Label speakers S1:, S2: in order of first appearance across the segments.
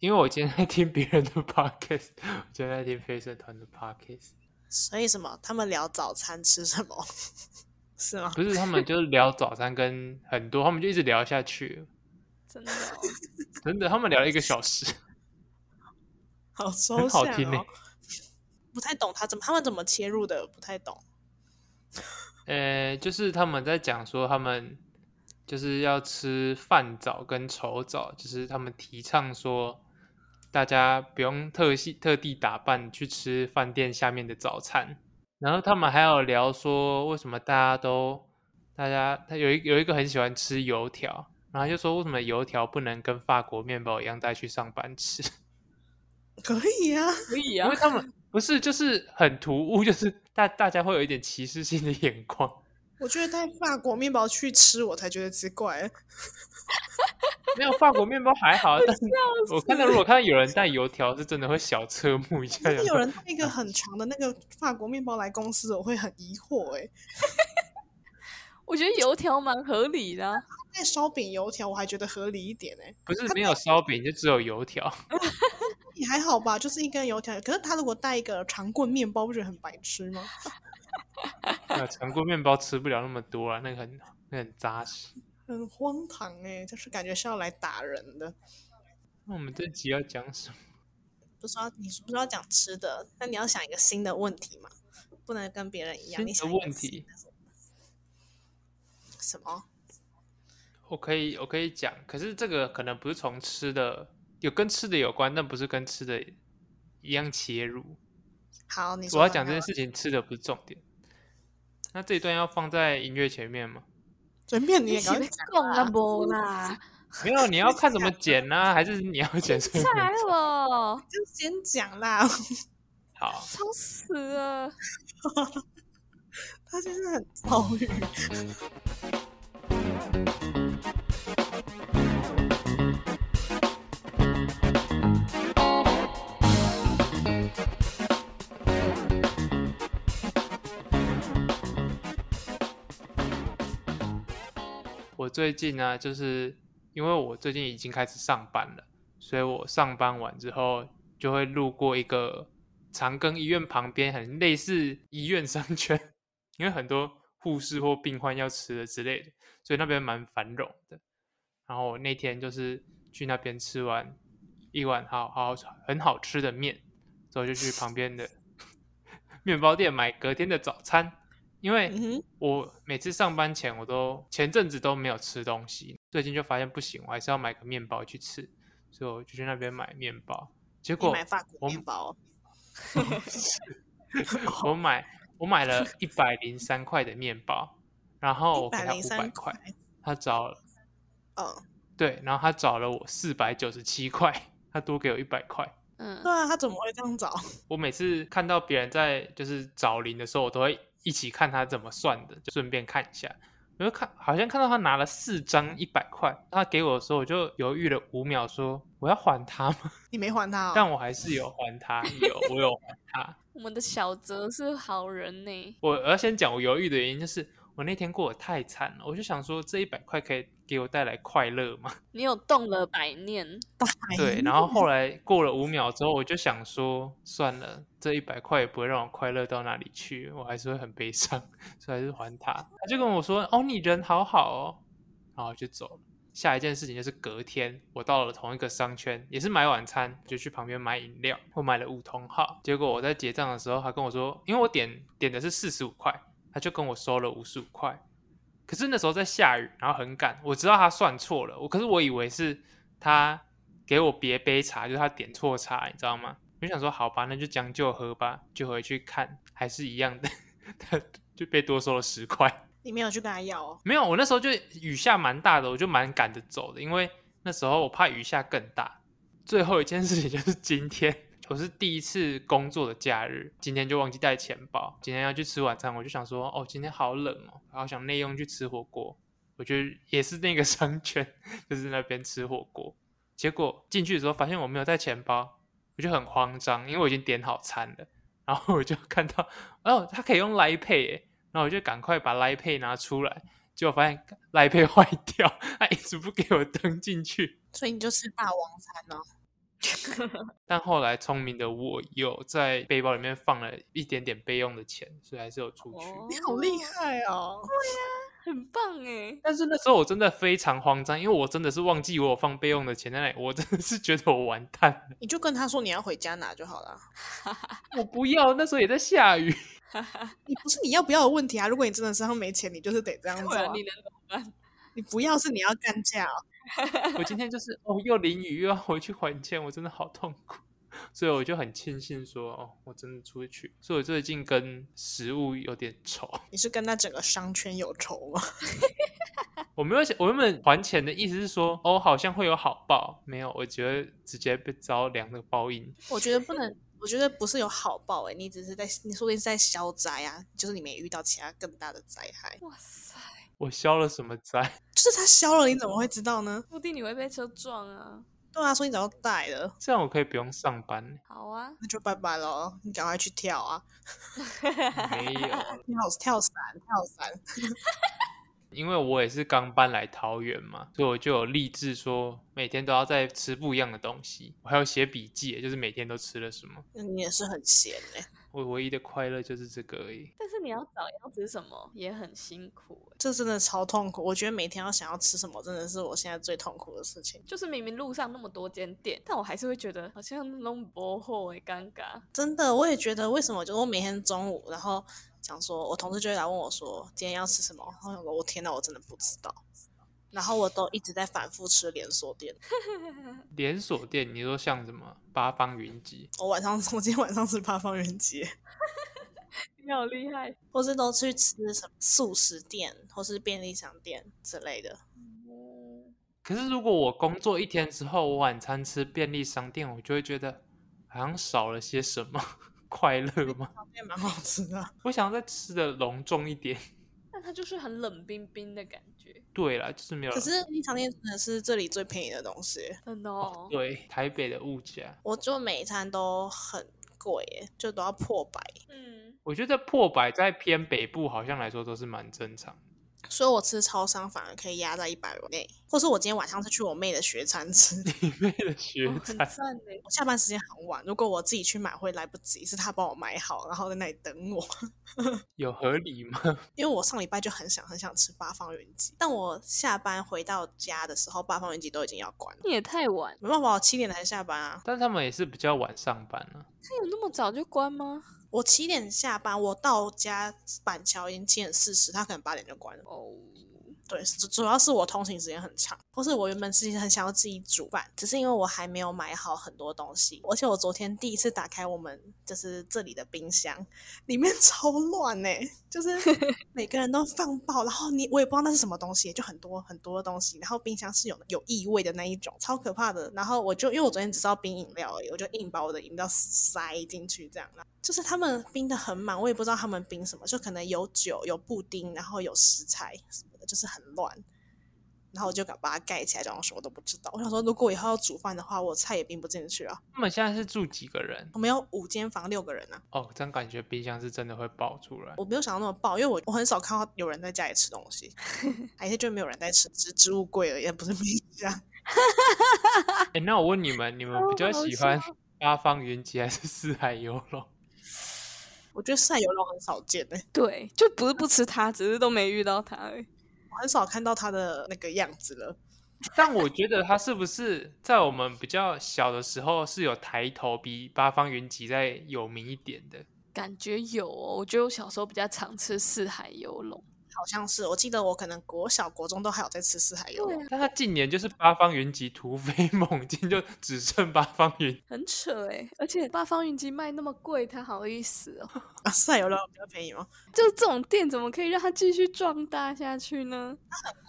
S1: 因为我今天在听别人的 podcast，我 今天在听陪审团的 podcast，
S2: 所以什么？他们聊早餐吃什么？ 是吗？
S1: 不是他们就是聊早餐跟很多，他们就一直聊下去，
S3: 真的、哦，
S1: 真的，他们聊了一个小时，
S2: 好
S1: 很
S2: 抽象、哦，
S1: 好听呢、欸
S2: 不太懂他怎么他们怎么切入的，不太懂。
S1: 呃，就是他们在讲说他们就是要吃饭枣跟稠枣，就是他们提倡说大家不用特系特地打扮去吃饭店下面的早餐。然后他们还有聊说为什么大家都大家他有一有一个很喜欢吃油条，然后就说为什么油条不能跟法国面包一样带去上班吃？
S2: 可以啊，
S3: 可以
S1: 因
S3: 啊
S1: 为，他们不是就是很突兀，就是大大家会有一点歧视性的眼光。
S2: 我觉得带法国面包去吃，我才觉得奇怪。
S1: 没有法国面包还好，但是我看到如果看到有人带油条，是真的会小侧目一下。
S2: 但是
S1: 想
S2: 有
S1: 说
S2: 人带 一个很长的那个法国面包来公司，我会很疑惑哎、
S3: 我觉得油条蛮合理的啊、
S2: 带烧饼、油条我还觉得合理一点哎、
S1: 不是没有烧饼，就只有油 条。
S2: 也还好吧，就是一根油条。可是他如果带一个长棍面包，不觉得很白痴吗？
S1: 那长棍啊面包吃不了那么多啊，那个很那个很扎实。
S2: 很荒唐哎、就是感觉是要来打人的。
S1: 那我们这集要讲什么？
S2: 不知道你是不是要讲吃的？那你要想一个新的问题嘛，不能跟别人一样。你
S1: 新
S2: 想
S1: 的
S2: 一个
S1: 问题，
S2: 什么？
S1: 我可以我可以讲，可是这个可能不是从吃的，有跟吃的有关，但不是跟吃的一样切入。
S2: 好，你说
S1: 我要
S2: 吧
S1: 讲
S2: 那
S1: 这件事情，吃的不是重点。那这一段要放在音乐前面 吗？
S2: 随便你也搞
S3: 起
S2: 一
S3: 来
S2: 讲
S3: 讲啊，
S2: 啊
S3: 无啦，
S1: 没有，你要看怎么剪呢、啊？还是你要剪什么？
S3: 来了无，
S2: 就先讲啦。
S1: 好，
S3: 吵死了。
S2: 他就是很遭遇。
S1: 我最近呢、就是因为我最近已经开始上班了，所以我上班完之后就会路过一个长庚医院旁边，很类似医院商圈，因为很多护士或病患要吃的之类的，所以那边蛮繁荣的。然后我那天就是去那边吃完一碗好好很好吃的面，之后就去旁边的 面包店买隔天的早餐，因为。
S2: 嗯哼，
S1: 我每次上班前，我都前阵子都没有吃东西，最近就发现不行，我还是要买个面包去吃，所以我就去那边买面包。结
S2: 你
S1: 果
S2: 买法国
S1: 我
S2: 面包，
S1: 我买我买了一百零三块的面包，然后我
S2: 一
S1: 给
S2: 百
S1: 他
S2: 零
S1: 五
S2: 三
S1: 百块，。他找
S2: 嗯，
S1: 对，然后他找了我四百九十七块，他多给我一百块。
S3: 嗯
S2: 对，啊，他怎么会这样找？
S1: 我每次看到别人在就是找零的时候，我都会一起看他怎么算的，就顺便看一下。我就看，好像看到他拿了四张一百块，他给我的时候，我就犹豫了五秒，说我要还他吗？
S2: 你没还他、哦？
S1: 但我还是有还他，有我有还他。
S3: 我们的小泽是好人呢。
S1: 我要先讲我犹豫的原因，就是我那天过得太惨了，我就想说这一百块可以给我带来快乐吗？
S3: 你有动了百念，
S2: 哎
S1: 对，然后后来过了五秒之后，我就想说，算了，这一百块也不会让我快乐到哪里去，我还是会很悲伤，所以还是还他。他就跟我说：“哦，你人好好哦。”然后我就走了。下一件事情就是隔天，我到了同一个商圈，也是买晚餐，就去旁边买饮料。我买了五通号，结果我在结账的时候，他跟我说，因为我点点的是四十五块，他就跟我收了五十五块。可是那时候在下雨，然后很赶，我知道他算错了，我可是我以为是他给我别杯茶，就是他点错茶，你知道吗？我就想说好吧，那就将就喝吧，就回去看还是一样的， 他就被多收了十块。
S2: 你没有去跟他要哦。
S1: 没有，我那时候就雨下蛮大的，我就蛮赶着走的，因为那时候我怕雨下更大。最后一件事情就是 今天，我是第一次工作的假日，今天就忘记带钱包。今天要去吃晚餐，我就想说，哦，今天好冷哦，好想内用去吃火锅。我就也是那个 商圈，就是那边吃火锅。结果进去的时候发现我没有带钱包，我就很慌张，因为我已经点好餐了。然后我就看到，哦，它可以用 Line Pay，耶然后我就赶快把 Line Pay 拿出来，结果发现 Line Pay 坏掉，它一直不给我登进去。
S2: 所以你就吃霸王餐哦。
S1: 但后来聪明的我有在背包里面放了一点点备用的钱，所以还是有出去。
S3: 哦
S2: 你好厉害哦！
S3: 很棒哎，
S1: 但是那时候我真的非常慌张，因为我真的是忘记我有放备用的钱在那里，我真的是觉得我完蛋了。
S2: 你就跟他说你要回家拿就好了。
S1: 我不要，那时候也在下雨，
S2: 你不是你要不要的问题啊！如果你真的身上没钱，你就是得这样
S3: 不
S2: 做、啊
S3: 然。你能怎么办？
S2: 你不要是你要干架哦、
S1: 我今天就是哦，又淋雨又要回去还钱，我真的好痛苦。所以我就很庆幸说，哦，我真的出去。所以我最近跟食物有点仇，
S2: 你是跟他整个商圈有仇吗？
S1: 我没有想，我原本还钱的意思是说，哦，好像会有好报，没有，我觉得直接被遭两个报应。
S2: 我觉得不能，我觉得不是有好报哎、你只是在，你说不定是在消灾啊，就是你没遇到其他更大的灾害，
S3: 哇塞，
S1: 我消了什么灾？
S2: 就是他消了，你怎么会知道呢？
S3: 不定你会被车撞啊！
S2: 对啊，所以你早就带了，
S1: 这样我可以不用上班。
S3: 好啊，
S2: 那就拜拜喽，你赶快去跳啊，
S1: 没有，
S2: 跳跳伞，跳伞，
S1: 因为我也是刚搬来桃园嘛，所以我就有立志说，每天都要在吃不一样的东西。我还有写笔记，就是每天都吃了什么。
S2: 嗯那你也是很闲哎、
S1: 我唯一的快乐就是这个而已。
S3: 但是你要找样子什么也很辛苦欸
S2: 这真的超痛苦。我觉得每天要想要吃什么，真的是我现在最痛苦的事情，
S3: 就是明明路上那么多间店，但我还是会觉得好像弄不后哎，尴尬。
S2: 真的。我也觉得为什么，就是我每天中午，然后想说，我同事就会来问我说今天要吃什么，然后我想说我天哪，我真的不知道。然后我都一直在反复吃连锁店，
S1: 连锁店，你说像什么八方云集？
S2: 我晚上 我今天晚上吃八方云集，
S3: 你好厉害，
S2: 或是都去吃什么素食店，或是便利商店之类的。
S3: 嗯
S1: 可是如果我工作一天之后，我晚餐吃便利商店，我就会觉得好像少了些什么， 快乐吗？
S2: 好像也蛮好吃的，
S1: 我想再吃的隆重一点。
S3: 但它就是很冷冰冰的感觉，
S1: 对啦，就是没有。
S2: 可是便利商店真的是这里最便宜的东西，
S3: 真的
S1: 哦
S3: 哦，。
S1: 对，台北的物价，
S2: 我就每一餐都很贵耶，就都要破百。
S3: 嗯，
S1: 我觉得破百在偏北部好像来说都是蛮正常。
S2: 所以我吃超商反而可以压在一百内，或是我今天晚上是去我妹的学餐吃。
S1: 里面的 学
S3: 哦很
S1: 餐，
S3: 赞哎，
S2: 我下班时间很晚，如果我自己去买会来不及，是她帮我买好，然后在那里等我。
S1: 有合理吗？
S2: 因为我上礼拜就很想很想吃八方云集，但我下班回到家的时候，八方云集都已经要关了。
S3: 你也太晚，
S2: 没办法，我七点才下班啊！
S1: 但他们也是比较晚上班啊。
S3: 它有那么早就关吗？
S2: 我七点下班，我到家板桥已经七点四十，他可能八点就关了。
S3: 哦，
S2: 对，主主要是我通勤时间很长，或是我原本是很想要自己煮饭，只是因为我还没有买好很多东西，而且我昨天第一次打开我们就是这里的冰箱，里面 超乱呢、就是每个人都放爆，然后你我也不知道那是什么东西，就很多很多东西，然后冰箱是有有异味的那一种，超可怕的。然后我就因为我昨天只知道冰饮料而已，我就硬把我的饮料塞进去这样。就是他们冰的很满，我也不知道他们冰什么，就可能有酒、有布丁，然后有食材什么的，就是很乱。然后我就敢把它盖起来，然后什么都不知道。我想说，如果以后要煮饭的话，我菜也冰不进去啊。
S1: 他们现在是住几个人？
S2: 我们有五间房，六个人啊，
S1: 哦，这样感觉冰箱是真的会爆出来。
S2: 我没有想到那么爆，因为我我很少看到有人在家里吃东西，还是就没有人在吃，只是置物柜而已，不是冰箱。
S1: 哎、那我问你们，你们比较
S3: 好好
S1: 喜欢
S3: 笑
S1: 八方云集还是四海游龙？
S2: 我觉得晒油肉很少见欸诶、
S3: 对，就不是不吃它，只是都没遇到它而已。
S2: 我很少看到它的那个样子了。
S1: 但我觉得它是不是在我们比较小的时候是有抬头比八方云集再有名一点的？
S3: 感觉有哦，我觉得我小时候比较常吃四海游龙，
S2: 好像是，我记得我可能国小、国中都还有在吃四海啊油肉。
S1: 但它近年就是八方云集突飞猛进，就只剩八方云
S3: 很扯哎，而且八方云集卖那么贵，他好意思哦？
S2: 啊，四海油肉比较便宜吗？
S3: 就这种店怎么可以让它继续壮大下去呢？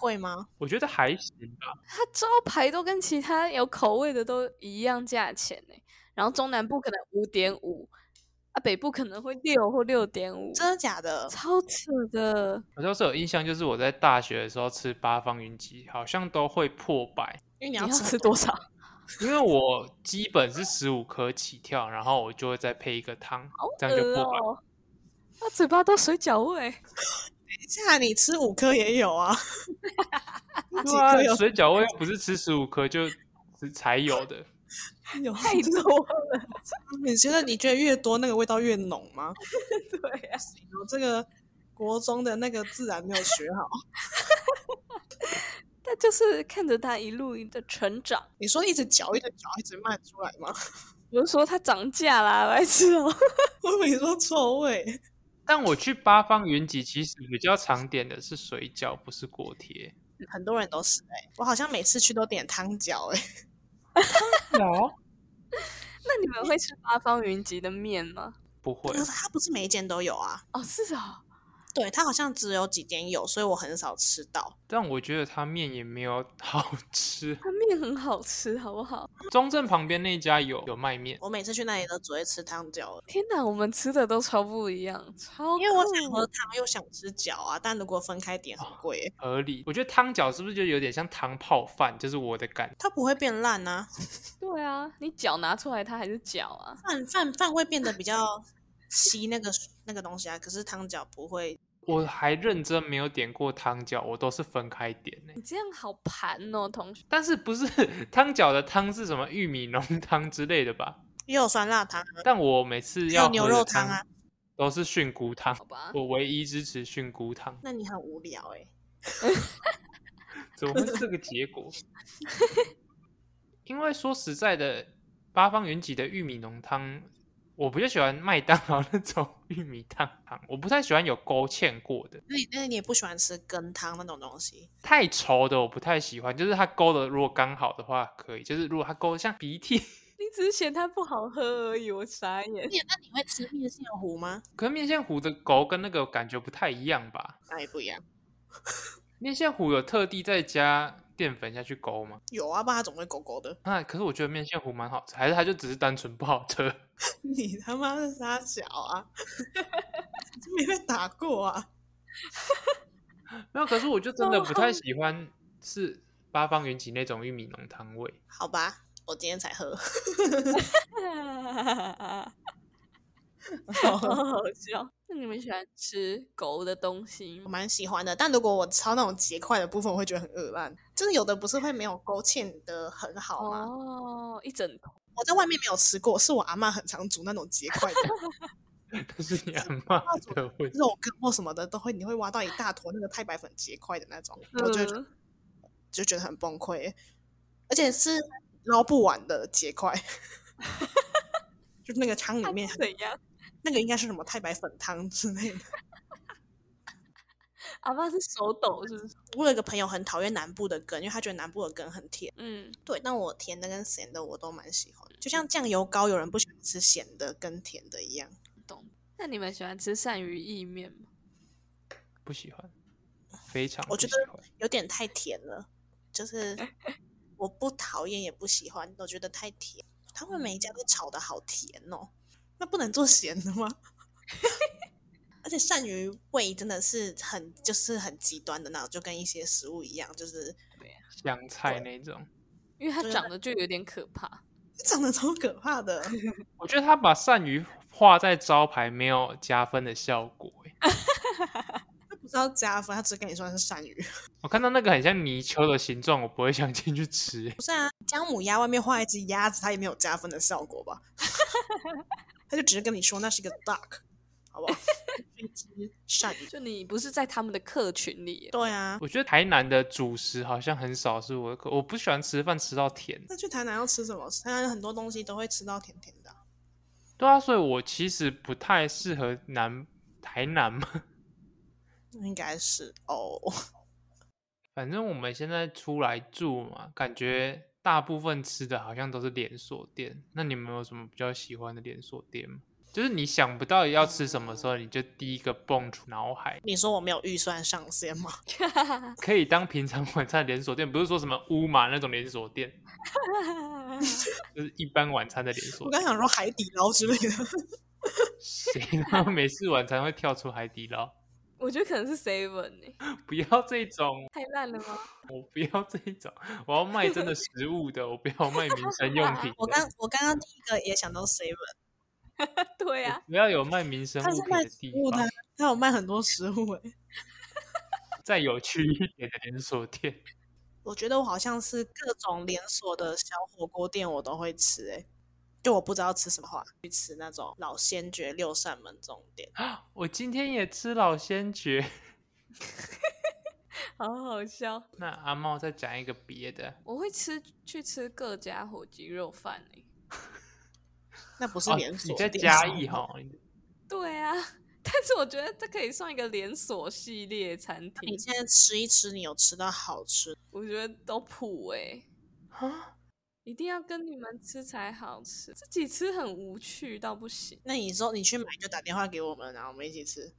S2: 贵吗？
S1: 我觉得还行吧。
S3: 它招牌都跟其他有口味的都一样价钱呢，然后中南部可能五点五，啊北部可能会六或六点五，
S2: 真的假 的？
S3: 超扯的。
S1: 我倒是有印象，就是我在大学的时候吃八方云集，好像都会破百，
S2: 因为你
S3: 你
S2: 要
S3: 要
S2: 吃
S3: 吃
S2: 很
S3: 多少？
S1: 因为我基本是十五颗起跳，然后我就会再配一个汤，这样就破百。
S3: 哦，他嘴巴都水饺味，
S2: 等一下，你吃五颗也有 啊？ 你几
S1: 对啊
S2: 颗有？，
S1: 水饺味不是吃十五颗就才有的，
S2: 有
S3: 太多了，
S2: 你觉得你觉得越多那个味道越浓吗？
S3: 对啊，
S2: 我这个国中的那个自然没有学好。
S3: 但就是看着他一路的成长，
S2: 你说一直嚼，一直嚼，一直慢出来吗？
S3: 我就说他涨价啦，白痴哦、
S2: 我没说错味，
S1: 但我去八方云集，其实比较常点的是水饺，不是锅贴。
S2: 很多人都是哎、我好像每次去都点汤饺哎、
S1: 有？
S3: 那你们会吃八方云集的面吗？
S1: 不会
S2: 可，是 它不是每一间都有啊。
S3: 哦，是哦，
S2: 对，它好像只有几间有，所以我很少吃到。
S1: 但我觉得它面也没有 好吃。
S3: 它面很好吃，好不好？
S1: 中正旁边那家有有卖面，
S2: 我每次去那里都只会吃汤饺了，
S3: 天哪，我们吃的都超不一样，超
S2: 因为我想
S3: 酷
S2: 喝汤又想吃饺啊，但如果分开点很贵欸、
S1: 合理。我觉得汤饺是不是就有点像汤泡饭？就是我的感
S2: 它不会变烂啊，
S3: 对啊，你脚拿出来它还是脚啊，
S2: 饭饭饭会变得比较稀那个那个东西啊，可是汤饺不会。
S1: 我还认真没有点过汤饺，我都是分开点呢、
S3: 你这样好盘哦，同学。
S1: 但是不是汤饺的汤是什么玉米浓汤之类的吧？
S2: 也有酸辣汤啊，
S1: 但我每次
S2: 还
S1: 要
S2: 有
S1: 喝
S2: 牛
S1: 的
S2: 肉汤啊，
S1: 都是菌菇汤
S3: 好。吧，
S1: 我唯一支持菌菇汤，
S2: 那你很无聊哎、
S1: 怎么会是这个结果？因为说实在的，八方云集的玉米浓汤，我比较喜欢麦当劳那种 玉米汤汤，我不太喜欢有勾芡过的，
S2: 那你那你也不喜欢吃羹汤那种东西，
S1: 太稠的我不太喜欢。就是它勾的如果刚好的话可以，就是如果它勾的像鼻涕，
S3: 你只是嫌它不好喝而已，我傻眼。
S2: 那你会吃面线糊吗？
S1: 可是面线糊的勾跟那个感觉不太一样吧？
S2: 那也不一样。
S1: 面线糊有特地再加淀粉下去勾吗？
S2: 有啊，不然它总会狗狗的。
S1: 那、可是我觉得面线糊蛮好吃，还是它就只是单纯不好吃？
S2: 你他妈是傻小 啊！你就没被打过啊？
S1: 没有，可是我就真的不太喜欢是八方云集那种玉米浓汤味。
S2: 好吧，我今天才 喝。
S3: 好好笑。那你们喜欢吃狗的东西
S2: 我
S3: 吗？
S2: 蛮喜欢的，但如果我超那种结块的部分，我会觉得很恶烂。就是有的不是会没有勾芡的很好吗？
S3: 哦，一整头。
S2: 我在外面没有吃过，是我阿妈很常煮那种结 块的
S1: 但是你阿妈的味，
S2: 肉羹或什么的，都会你会挖到一大坨那个太白粉结块的那种，我就会觉得
S3: 嗯
S2: 就觉得很崩溃，而且是捞不完的结块， 就那个汤里面
S3: 它是怎样？
S2: 那个应该是什么太白粉汤之类的。
S3: 阿爸是手抖是不是？
S2: 我有一个朋友很讨厌南部的羹，因为他觉得南部的羹很甜。
S3: 嗯，
S2: 对，但我甜的跟咸的我都蛮喜欢，就像酱油膏，有人不喜欢吃咸的跟甜的一样。
S3: 懂。那你们喜欢吃鳝鱼意面吗？
S1: 不喜欢，非常
S2: 我
S1: 不
S2: 觉
S1: 喜
S2: 得
S1: 欢。
S2: 有点太甜了，就是我不讨厌也不喜欢，我觉得太甜。他们每一家都炒的好甜哦，那不能做咸的吗？ 而且鳝鱼味真的是很就是很极端的那种，就跟一些食物一样，就是
S1: 香菜那种，
S3: 因为它
S2: 对啊
S3: 长得就有点可怕。
S2: 长得超可怕的。
S1: 我觉得他把鳝鱼画在招牌没有加分的效果欸。
S2: 他不知道加分，他只跟你说它是鳝鱼。
S1: 我看到那个很像泥鳅的形状，我不会想进去吃欸。
S2: 不是啊，姜母鸭外面画一只鸭子，它也没有加分的效果吧？ 他就只是跟你说那是一个 duck，好不好？ 是一只鳝鱼。
S3: 就你不是在他们的客群里耶，
S2: 对啊，
S1: 我觉得台南的主食好像很少是我的口，我不喜欢吃饭吃到甜。
S2: 那去台南要吃什么？台南很多东西都会吃到甜甜的啊、
S1: 对啊，所以我其实不太适合南台南嘛。
S2: 应该是哦。
S1: 反正我们现在出来住嘛，感觉大部分吃的好像都是连锁店。那你们有什么比较喜欢的连锁店吗？就是你想不到要吃什么时候，你就第一个蹦出脑海，
S2: 你说我没有预算上限吗？
S1: 可以当平常晚餐的连锁店，不是说什么乌马那种连锁店，就是一般晚餐的连
S2: 我
S1: 锁
S2: 刚
S1: 店。
S2: 想说海底捞之类的，
S1: 谁他妈每次晚餐会跳出海底捞？
S3: 我觉得可能是 seven 呢、
S1: 不要这种，
S3: 太烂了吗？
S1: 我不要这种，我要卖真的食物的，我不要卖民生用品的。
S2: 我刚我刚刚第一个也想到 seven，
S3: 对啊，
S1: 不要有卖民生
S2: 他
S1: 物
S2: 是
S1: 品
S2: 卖
S1: 的
S2: 食
S1: 地
S2: 物的
S1: 方
S2: 啊，，他有卖很多食物哎、
S1: 再有趣一点的连锁店。
S2: 我觉得我好像是各种连锁的小火锅店我都会吃、欸，哎，就我不知道吃什么话，去吃那种老先觉六扇门这种店。
S1: 我今天也吃老先觉。
S3: 好好笑。
S1: 那阿茂再讲一个别的，
S3: 我会吃去吃各家火鸡肉饭欸诶、
S2: 那不是
S1: 哦，
S2: 连锁、
S1: 你在嘉义？哈，你
S3: 对啊， 但是我觉得这可以算一个连锁系列餐
S2: 你
S3: 厅，
S2: 现在吃一吃，你有吃到好吃？
S3: 我觉得都普诶、
S1: 啊，
S3: 一定要跟你们吃才好吃，自己吃很无趣到不行。
S2: 那你之后你去买就打电话给我们，然后我们一起吃。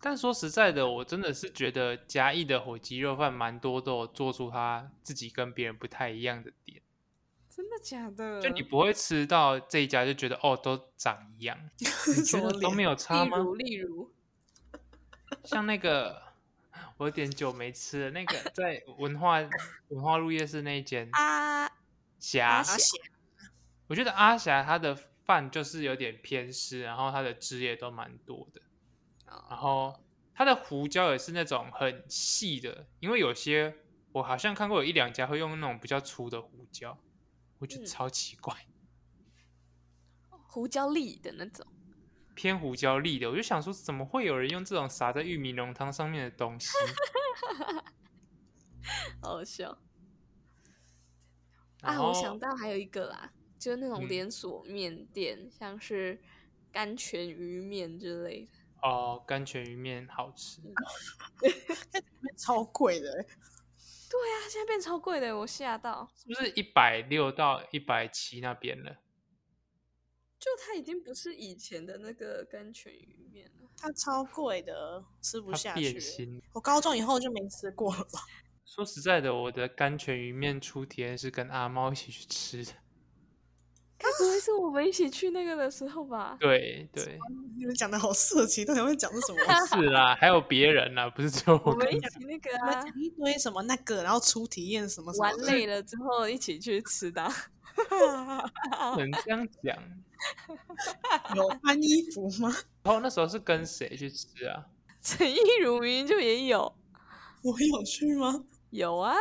S1: 但说实在的，我真的是觉得嘉义的火鸡肉饭蛮多都有做出它自己跟别人不太一样的点，
S3: 真的假的？
S1: 就你不会吃到这一家就觉得哦都长一样，你觉得都没有差
S3: 例
S1: 吗？
S3: 如例如，
S1: 像那个我有点久没吃了，那个在文化文化路夜市那一间
S3: 啊，
S1: 霞
S3: 阿霞
S2: 阿贤，
S1: 我觉得阿霞她的饭就是有点偏湿，然后她的汁也都蛮多的，
S3: 哦
S1: 然后它的胡椒也是那种很细的，因为有些我好像看过有一两家会用那种比较粗的胡椒，我觉得
S3: 嗯
S1: 超奇怪，
S3: 胡椒粒的那种，
S1: 偏胡椒粒的，我就想说怎么会有人用这种撒在玉米浓汤上面的东 西？
S3: 好好笑
S1: 然
S3: 啊！
S1: 后
S3: 我想到还有一个啦，就是那种
S1: 哦嗯
S3: 连锁面店，像是甘泉鱼面之类的，
S1: 哦，甘泉鱼面好吃，
S3: 嗯
S2: 超贵的欸、
S3: 它啊现在变超贵的，我吓到。
S1: 是不是一百六到一百七那边了？
S3: 就它已经不是以前的那个甘泉鱼面了，
S2: 它超贵的，吃不
S1: 它
S2: 下去
S1: 变
S2: 欸。
S1: 心。
S2: 我高中以后就没吃过了吧？
S1: 说实在的，我的甘泉鱼面初体验是跟阿猫一起去吃的。
S3: 该不会是我们一起去那个的时候吧？
S1: 对对，
S2: 你们讲的好色情，到底会讲是什么？
S1: 是啦，还有别人啦，不是只有
S3: 我
S1: 我跟
S3: 们一起那个
S2: 我
S3: 啊
S2: 们，讲一堆什么那个，然后初体验什么什么
S3: 玩
S2: 的
S3: 累了之后一起去吃的啊。
S1: 能这样讲。
S2: 有穿衣服吗？
S1: 然后那时候是跟谁去吃啊？
S3: 陈意如明明就也有
S2: 我有去吗？
S3: 有啊，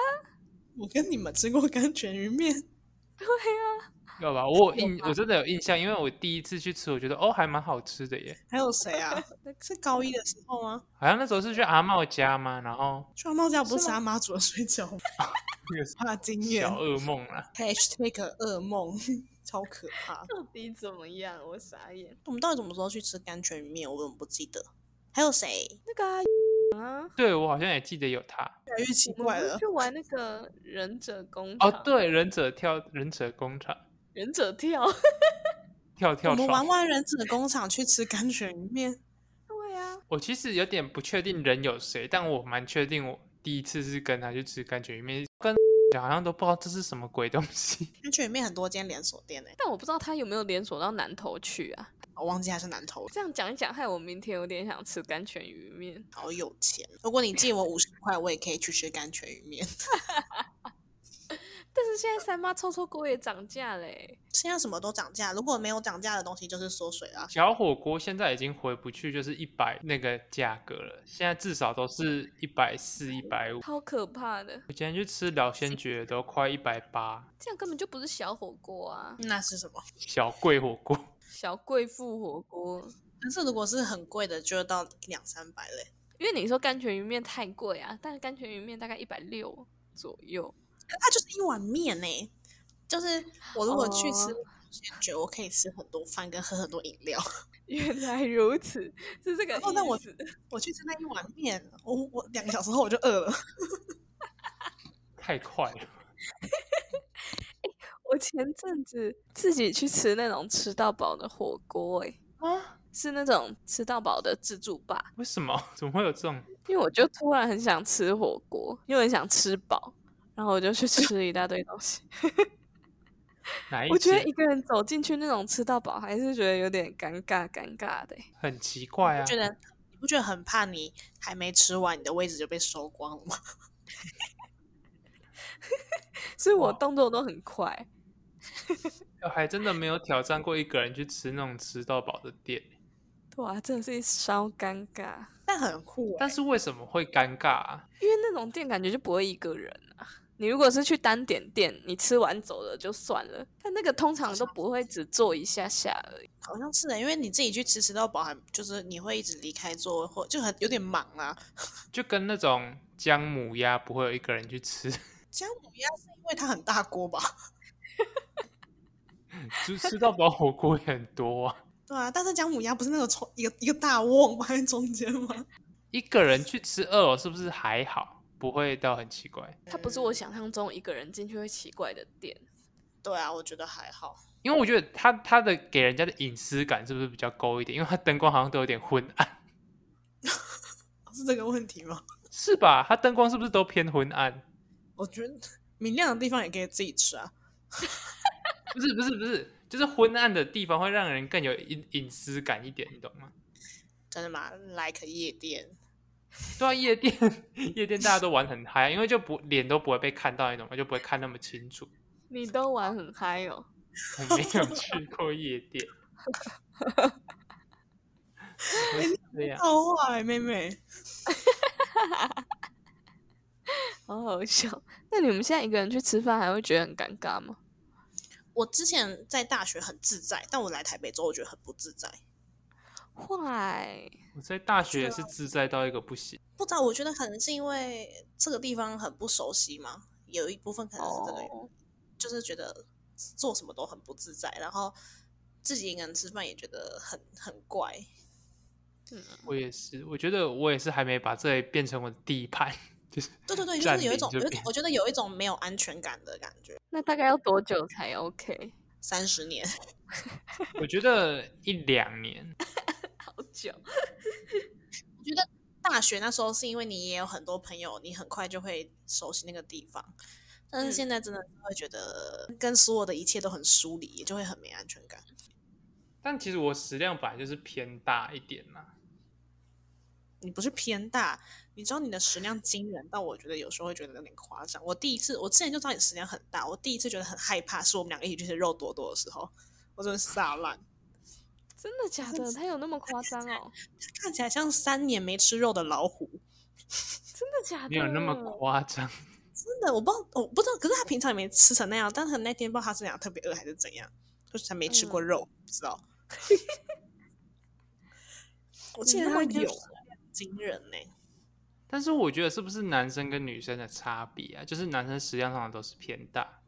S2: 我跟你们吃过甘泉鱼面，
S1: 要吧，我有
S3: 有
S1: 印
S3: 吧
S1: 我真的有印象，因为我第一次去吃，我觉得哦还蛮好吃的耶。
S2: 还有谁 啊？是高一的时候吗？
S1: 好像那时候是去阿茂家嘛，然后
S2: 去阿茂家不
S3: 是
S2: 是
S3: 吗
S2: 阿妈煮的水饺吗？
S1: 那个是
S2: 怕经验
S1: 小噩梦啦，
S2: ，#hashtag 噩梦，超可怕。
S3: 到底怎么样？我傻眼。
S2: 我们到底什么时候去吃甘泉鱼面？我怎么不记得？还有谁？
S3: 那个啊，啊
S1: 对我好像也记得有他
S2: 越来越奇
S3: 我们
S2: 怪
S3: 不是
S2: 了。
S3: 去玩那个忍者工
S1: 哦
S3: 厂，，
S1: 对，忍者跳忍者工厂
S3: 忍者跳，
S1: 跳
S2: 我
S1: 跳
S2: 们
S1: 床
S2: 玩，完忍者工厂去吃甘泉鱼面，
S3: 对啊，
S1: 我其实有点不确定人有谁，但我蛮确定我第一次是跟他去吃甘泉鱼面，跟好像都不知道这是什么鬼东西。
S2: 甘泉鱼面很多间连锁店呢、欸
S3: 但我不知道他有没有连锁到南头去啊。
S2: 我忘记它是南投。
S3: 这样讲一讲，害我明天有点想吃甘泉鱼面。
S2: 好有钱！哦如果你借我五十块，我也可以去吃甘泉鱼面。
S3: 但是现在三妈臭臭锅也涨价嘞，
S2: 现在什么都涨价，如果没有涨价的东西就是缩水啦。
S1: 小火锅现在已经回不去，就是一百那个价格了。现在至少都是一百四、一百五。
S3: 超可怕的！
S1: 我今天去吃老先觉都快一百八，
S3: 这样根本就不是小火锅啊，
S2: 那是什么？
S1: 小贵火锅。
S3: 小贵妇火锅。
S2: 但是如果是很贵的，就要到两三百嘞。
S3: 因为你说甘泉鱼面太贵啊，但是甘泉鱼面大概一百六左右，
S2: 可它啊就是一碗面呢、就是我如果去吃
S3: 哦
S2: 先觉，我可以吃很多饭跟喝很多饮料。
S3: 原来如此，是这个意思。
S2: 哦那我我去吃那一碗面，我我两个小时后我就饿了。
S1: 太快了，
S3: 我前阵子自己去吃那种吃到饱的火锅、欸，
S2: 啊，
S3: 是那种吃到饱的自助吧，
S1: 为什么？ 怎么会有这种？
S3: 因为我就突然很想吃火锅，又很想吃饱，然后我就去吃了一大堆东 西。
S1: 哪一
S3: 我觉得
S1: 间
S3: 一个人走进去那种吃到饱，还是觉得有点尴尬尴尬的欸、
S1: 很奇怪啊？
S2: 觉得你不觉得很怕你还没吃完，你的位置就被收光了吗？
S3: 所以我
S1: 哇
S3: 动作都很快。
S1: 我还真的没有挑战过一个人去吃那种吃到饱的店。
S3: 哇，真的是稍尴尬，
S2: 但很酷、欸，
S1: 但是为什么会尴尬啊、
S3: 因为那种店感觉就不会一个人啊。你如果是去单点店，你吃完走了就算了，但那个通常都不会只坐一下下而已。
S2: 好像是欸的，因为你自己去吃吃到饱，还就是你会一直离开座位，或就很有点忙啊啦。
S1: 就跟那种姜母鸭不会有一个人去吃，
S2: 姜母鸭是因为它很大锅吧？
S1: 就吃到饱火锅也很多啊。
S2: 对啊，但是姜母鸭不是那个从一个一个大瓮放在中间吗？
S1: 一个人去吃二楼是不是还好？不会到很奇怪，
S3: 它不是我想象中一个人进去会奇怪的店。
S2: 对啊，我觉得还好。
S1: 因为我觉得他他的给人家的隐私感是不是比较高一点？因为他灯光好像都有点昏暗，
S2: 是这个问题吗？
S1: 是吧？他灯光是不是都偏昏暗？
S2: 我觉得明亮的地方也可以自己吃啊。
S1: 不是不是不是，就是昏暗的地方会让人更有隐隐私感一点，你懂吗？
S2: 真的吗？Like 夜店，
S1: 对啊，夜店 夜店大家都玩很嗨，啊因为就不脸都不会被看到，你懂吗？就不会看那么清楚。
S3: 你都玩很嗨哦，
S1: 我没有去过夜店，不是这样。
S2: 套话、欸、妹妹。
S3: 好好笑。那你们现在一个人去吃饭还会觉得很尴尬吗？
S2: 我之前在大学很自在，但我来台北之后，我觉得很不自在。
S3: 坏，
S1: 我在大学也是自在到一个不行，
S2: 不知道，我觉得可能是因为这个地方很不熟悉嘛，有一部分可能是这个原因
S3: 哦
S2: 就是觉得做什么都很不自在，然后自己一个人吃饭也觉得很很怪。
S1: 我也是，我觉得我也是还没把这里变成我的地盘，就是
S2: 对对对，就
S1: 占
S2: 是有一
S1: 领
S2: 种，
S1: 这
S2: 有一种
S1: 边
S2: 我觉得有一种没有安全感的感觉。
S3: 那大概要多久才 OK？
S2: 三十年，
S1: 我觉得一两年，
S3: 好久，
S2: 我觉得大学那时候是因为你也有很多朋友，你很快就会熟悉那个地方。但是
S3: 嗯
S2: 现在真的是会觉得跟所有的一切都很疏离，也就会很没安全感。
S1: 但其实我食量本来就是偏大一点啦，
S2: 你不是偏大，你知道你的食量惊人到我觉得有时候会觉得有点夸张。我第一次，我之前就知道你食量很大，我第一次觉得很害怕，是我们两个一起去吃肉多多的时候，我真的撒烂，
S3: 真的假的？他有那么夸张哦？
S2: 看起来像三年没吃肉的老虎。
S3: 真的假的？
S1: 没有那么
S3: 嗯
S1: 夸张。
S2: 真的，我不知道，哦我不知道，可是他平常也没吃成那样，但是那天不知道他是俩特别饿还是怎样，就是他没吃
S3: 嗯
S2: 过肉，不知 道。我记得
S3: 嗯那
S2: 他
S3: 应该
S2: 有
S3: 是
S2: 惊人呢、
S1: 但是我觉得是不是男生跟女生的差别啊？就是男生食量通常都是偏大，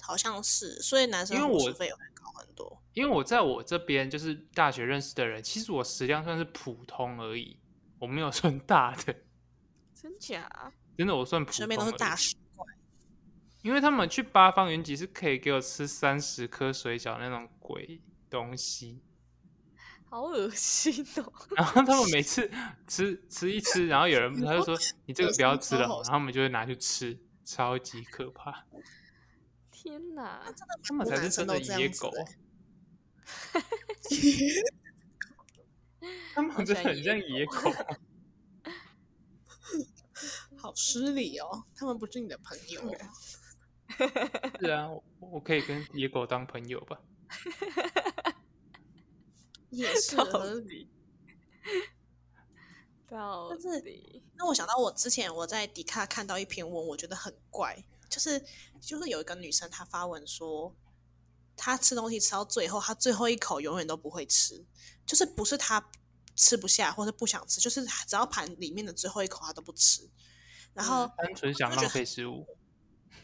S2: 好像是，所以男生
S1: 因为
S2: 伙
S1: 我
S2: 食费也会高很多。
S1: 因为我在我这边就是大学认识的人，其实我食量算是普通而已，我没有算大的，
S3: 真假？
S1: 真的我算普通而
S2: 身
S1: 已。
S2: 边都是大食怪，
S1: 因为他们去八方云集是可以给我吃三十颗水饺那种鬼东 西，
S3: 好恶心哦！
S1: 然后他们每次 吃吃一吃，然后有 人他就说你这个不要吃了，
S2: 超好
S1: 然后我们就会拿去吃，超级可怕，
S3: 天哪，
S1: 他们才是真的野狗啊， 他们真的很像野狗，
S2: 好失礼哦，他们不是你的朋友哦。
S1: 是啊，我我可以跟野狗当朋友吧？
S2: 也是
S3: 到
S2: 可是
S3: 底到
S2: 但是
S3: 底
S2: 那我想到我之前我在迪卡看到一篇文，我觉得很怪，就是就是有一个女生她发文说，她吃东西吃到最后，她最后一口永远都不会吃，就是不是她吃不下或者不想吃，就是只要盘里面的最后一口她都不吃。然后，
S1: 单纯想浪费食物，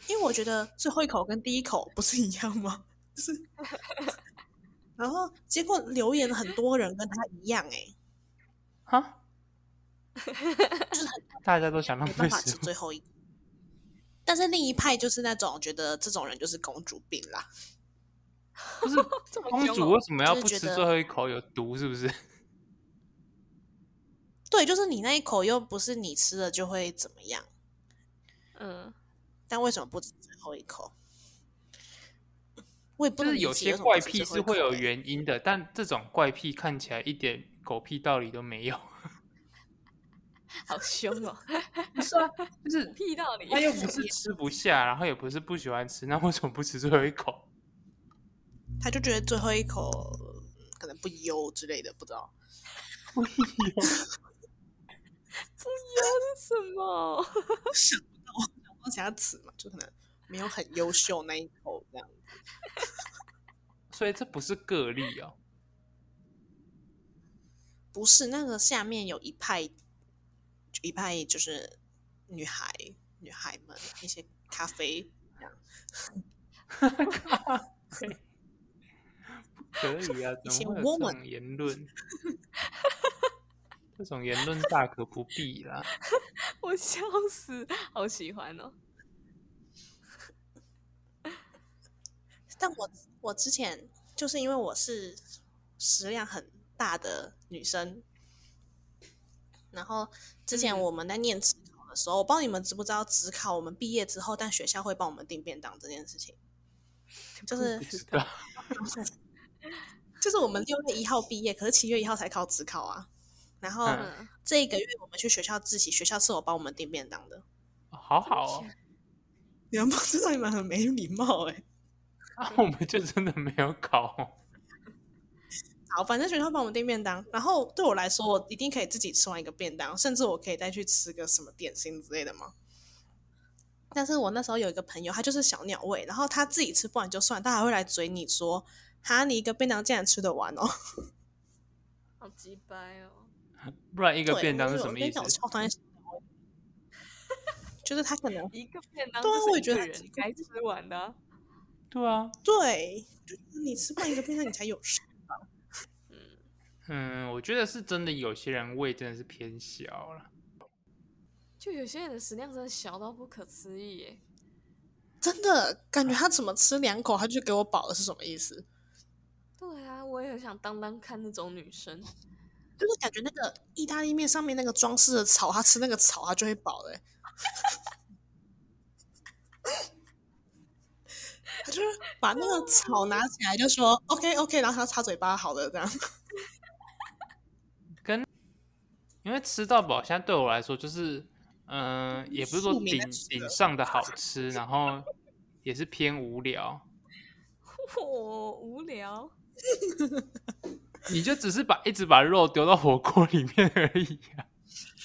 S2: 因为我觉得最后一口跟第一口不是一样吗？ 就是，然后结果留言很多人跟她一样、欸，
S1: 哈，大家都想浪
S2: 没
S1: 费
S2: 办法吃
S1: 食物，
S2: 最后一口。但是另一派就是那种觉得这种人就是公主病啦，
S1: 不是
S3: 这 么
S1: 公
S3: 凶
S1: 主啊
S3: 哦
S1: 为什么要
S2: 就是
S1: 不
S2: 觉
S1: 吃
S2: 得
S1: 最后一口？有毒是不是？
S2: 对，就是你那一口又不是你吃了就会怎么样，
S3: 嗯，
S2: 但为什么不吃最后一口？我也不
S1: 就
S2: 能
S1: 是
S2: 理
S1: 有
S2: 解
S1: 些
S2: 为什么
S1: 怪
S2: 不吃
S1: 癖
S2: 最后
S1: 是
S2: 一口
S1: 会有
S2: 欸
S1: 原因的，但这种怪癖看起来一点狗屁道理都没有。
S3: 好凶哦，
S1: 不 是啊，就是
S3: 屁 道理
S1: 他又不是吃不下，然后也不是不喜欢吃，那为什么不吃最后一口？
S2: 他就觉得最后一口嗯可能不优之类的，不知道。
S3: 什么？
S2: 双瑕疵嘛，就可能没有很优秀那一头这样。
S1: 所以这不是个例哦。
S2: 不是那个下面有一派，一派就是女孩女孩们一些咖啡这样
S1: 可以 啊，
S2: 一
S1: 怎
S2: 些
S1: 么会有这
S2: woman
S1: 种言论？ 这种言论大可不必啦。
S3: 我笑死，好喜欢哦。
S2: 但我我之前就是因为我是食量很大的女生，然后之前
S3: 嗯
S2: 我们在念职考的时候，我不知道你们知不知道职考，我们毕业之后，但学校会帮我们订便当这件事情，就 是
S1: 不知道
S2: 就是我们六月一号毕业，可是七月一号才考职考啊。然后
S1: 嗯
S3: 嗯，
S2: 这一个月我们去学校自习，学校是有帮我们订便当的。
S1: 好好哦，
S2: 你们不知道，你们很没礼貌哎、
S1: 那啊我们就真的没有搞哦。
S2: 好，反正学校帮我们订便当，然后对我来说，我一定可以自己吃完一个便当，甚至我可以再去吃个什么点心之类的嘛。但是我那时候有一个朋友，他就是小鸟胃，然后他自己吃不完就算，他还会来追你说：“哈，你一个便当竟然吃得完哦
S3: 好鸡掰哦。
S1: 不然一！”个
S2: 对
S1: 便当
S2: 我
S1: 是
S2: 就
S1: 什
S2: 有
S1: 么
S2: 我跟
S1: 意
S2: 你
S1: 思
S2: 讲？我超讨厌小鸟胃， 就是他可能
S3: 一个便当
S2: 对啊
S3: 就是
S2: 我也觉得
S3: 一个
S2: 很
S3: 人
S2: 奇怪
S3: 该吃完的啊、
S1: 对啊，
S2: 对，就是你吃不完一个便当，你才有事。
S1: 嗯，我觉得是真的，有些人胃真的是偏小了。
S3: 就有些人的食量真的小到不可思议耶。
S2: 真的感觉他怎么吃两口他就给我饱了，是什么意思？
S3: 对啊，我也很想当当看那种女生。
S2: 就是感觉那个意大利面上面那个装饰的草，他吃那个草他就会饱的欸、他就是把那个草拿起来就说 OK OK，然后他擦嘴巴好了这样。
S1: 因为吃到饱，现在对我来说就是，嗯、也不是说
S2: 庶民
S1: 顶
S2: 在吃的
S1: 顶上的好吃，然后也是偏无聊。
S3: 我、无聊，
S1: 你就只是把一直把肉丢到火锅里面而已、啊，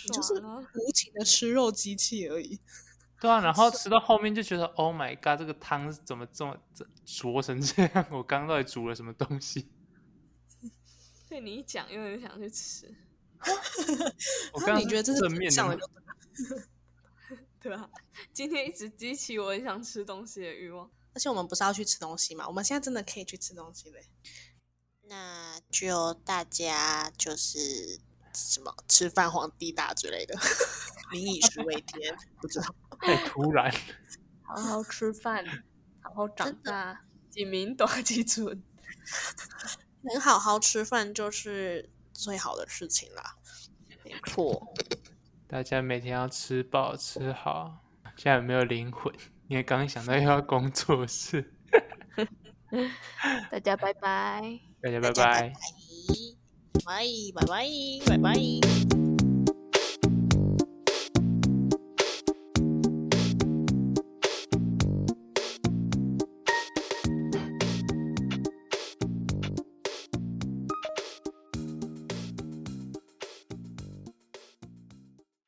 S2: 你就是
S3: 爽啊
S2: 无情的吃肉机器而已。
S1: 对啊。然后吃到后面就觉得，Oh my god，这个汤是怎么这么这浊成这样？ 我刚刚到底煮了什么东西？
S3: 被你一讲，又很想去吃。
S1: 我
S2: 那
S1: 刚刚
S2: 你觉得这是
S1: 正
S2: 真
S1: 面
S2: 相
S1: 的
S2: 的
S1: 吗
S2: 就
S3: 对啊， 今天一直激起我很想吃东西的欲望。
S2: 而且我们不是要去吃东西嘛？我们现在真的可以去吃东西嘞。那就大家就是什么吃饭皇帝大之类的， 民以食为天，不知道。
S1: 太突然了。
S3: 好好吃饭，好好长
S2: 真的
S3: 大，几名 大几寸。
S2: 能好好吃饭就是最好的事情啦。
S3: 没错，
S1: 大家每天要吃饱吃好，现在有没有灵魂？ 因为刚刚想到又要工作室，
S3: 大家拜拜。
S1: 大家拜
S2: 大家拜
S1: 拜
S2: 拜。，拜拜，拜拜，拜拜。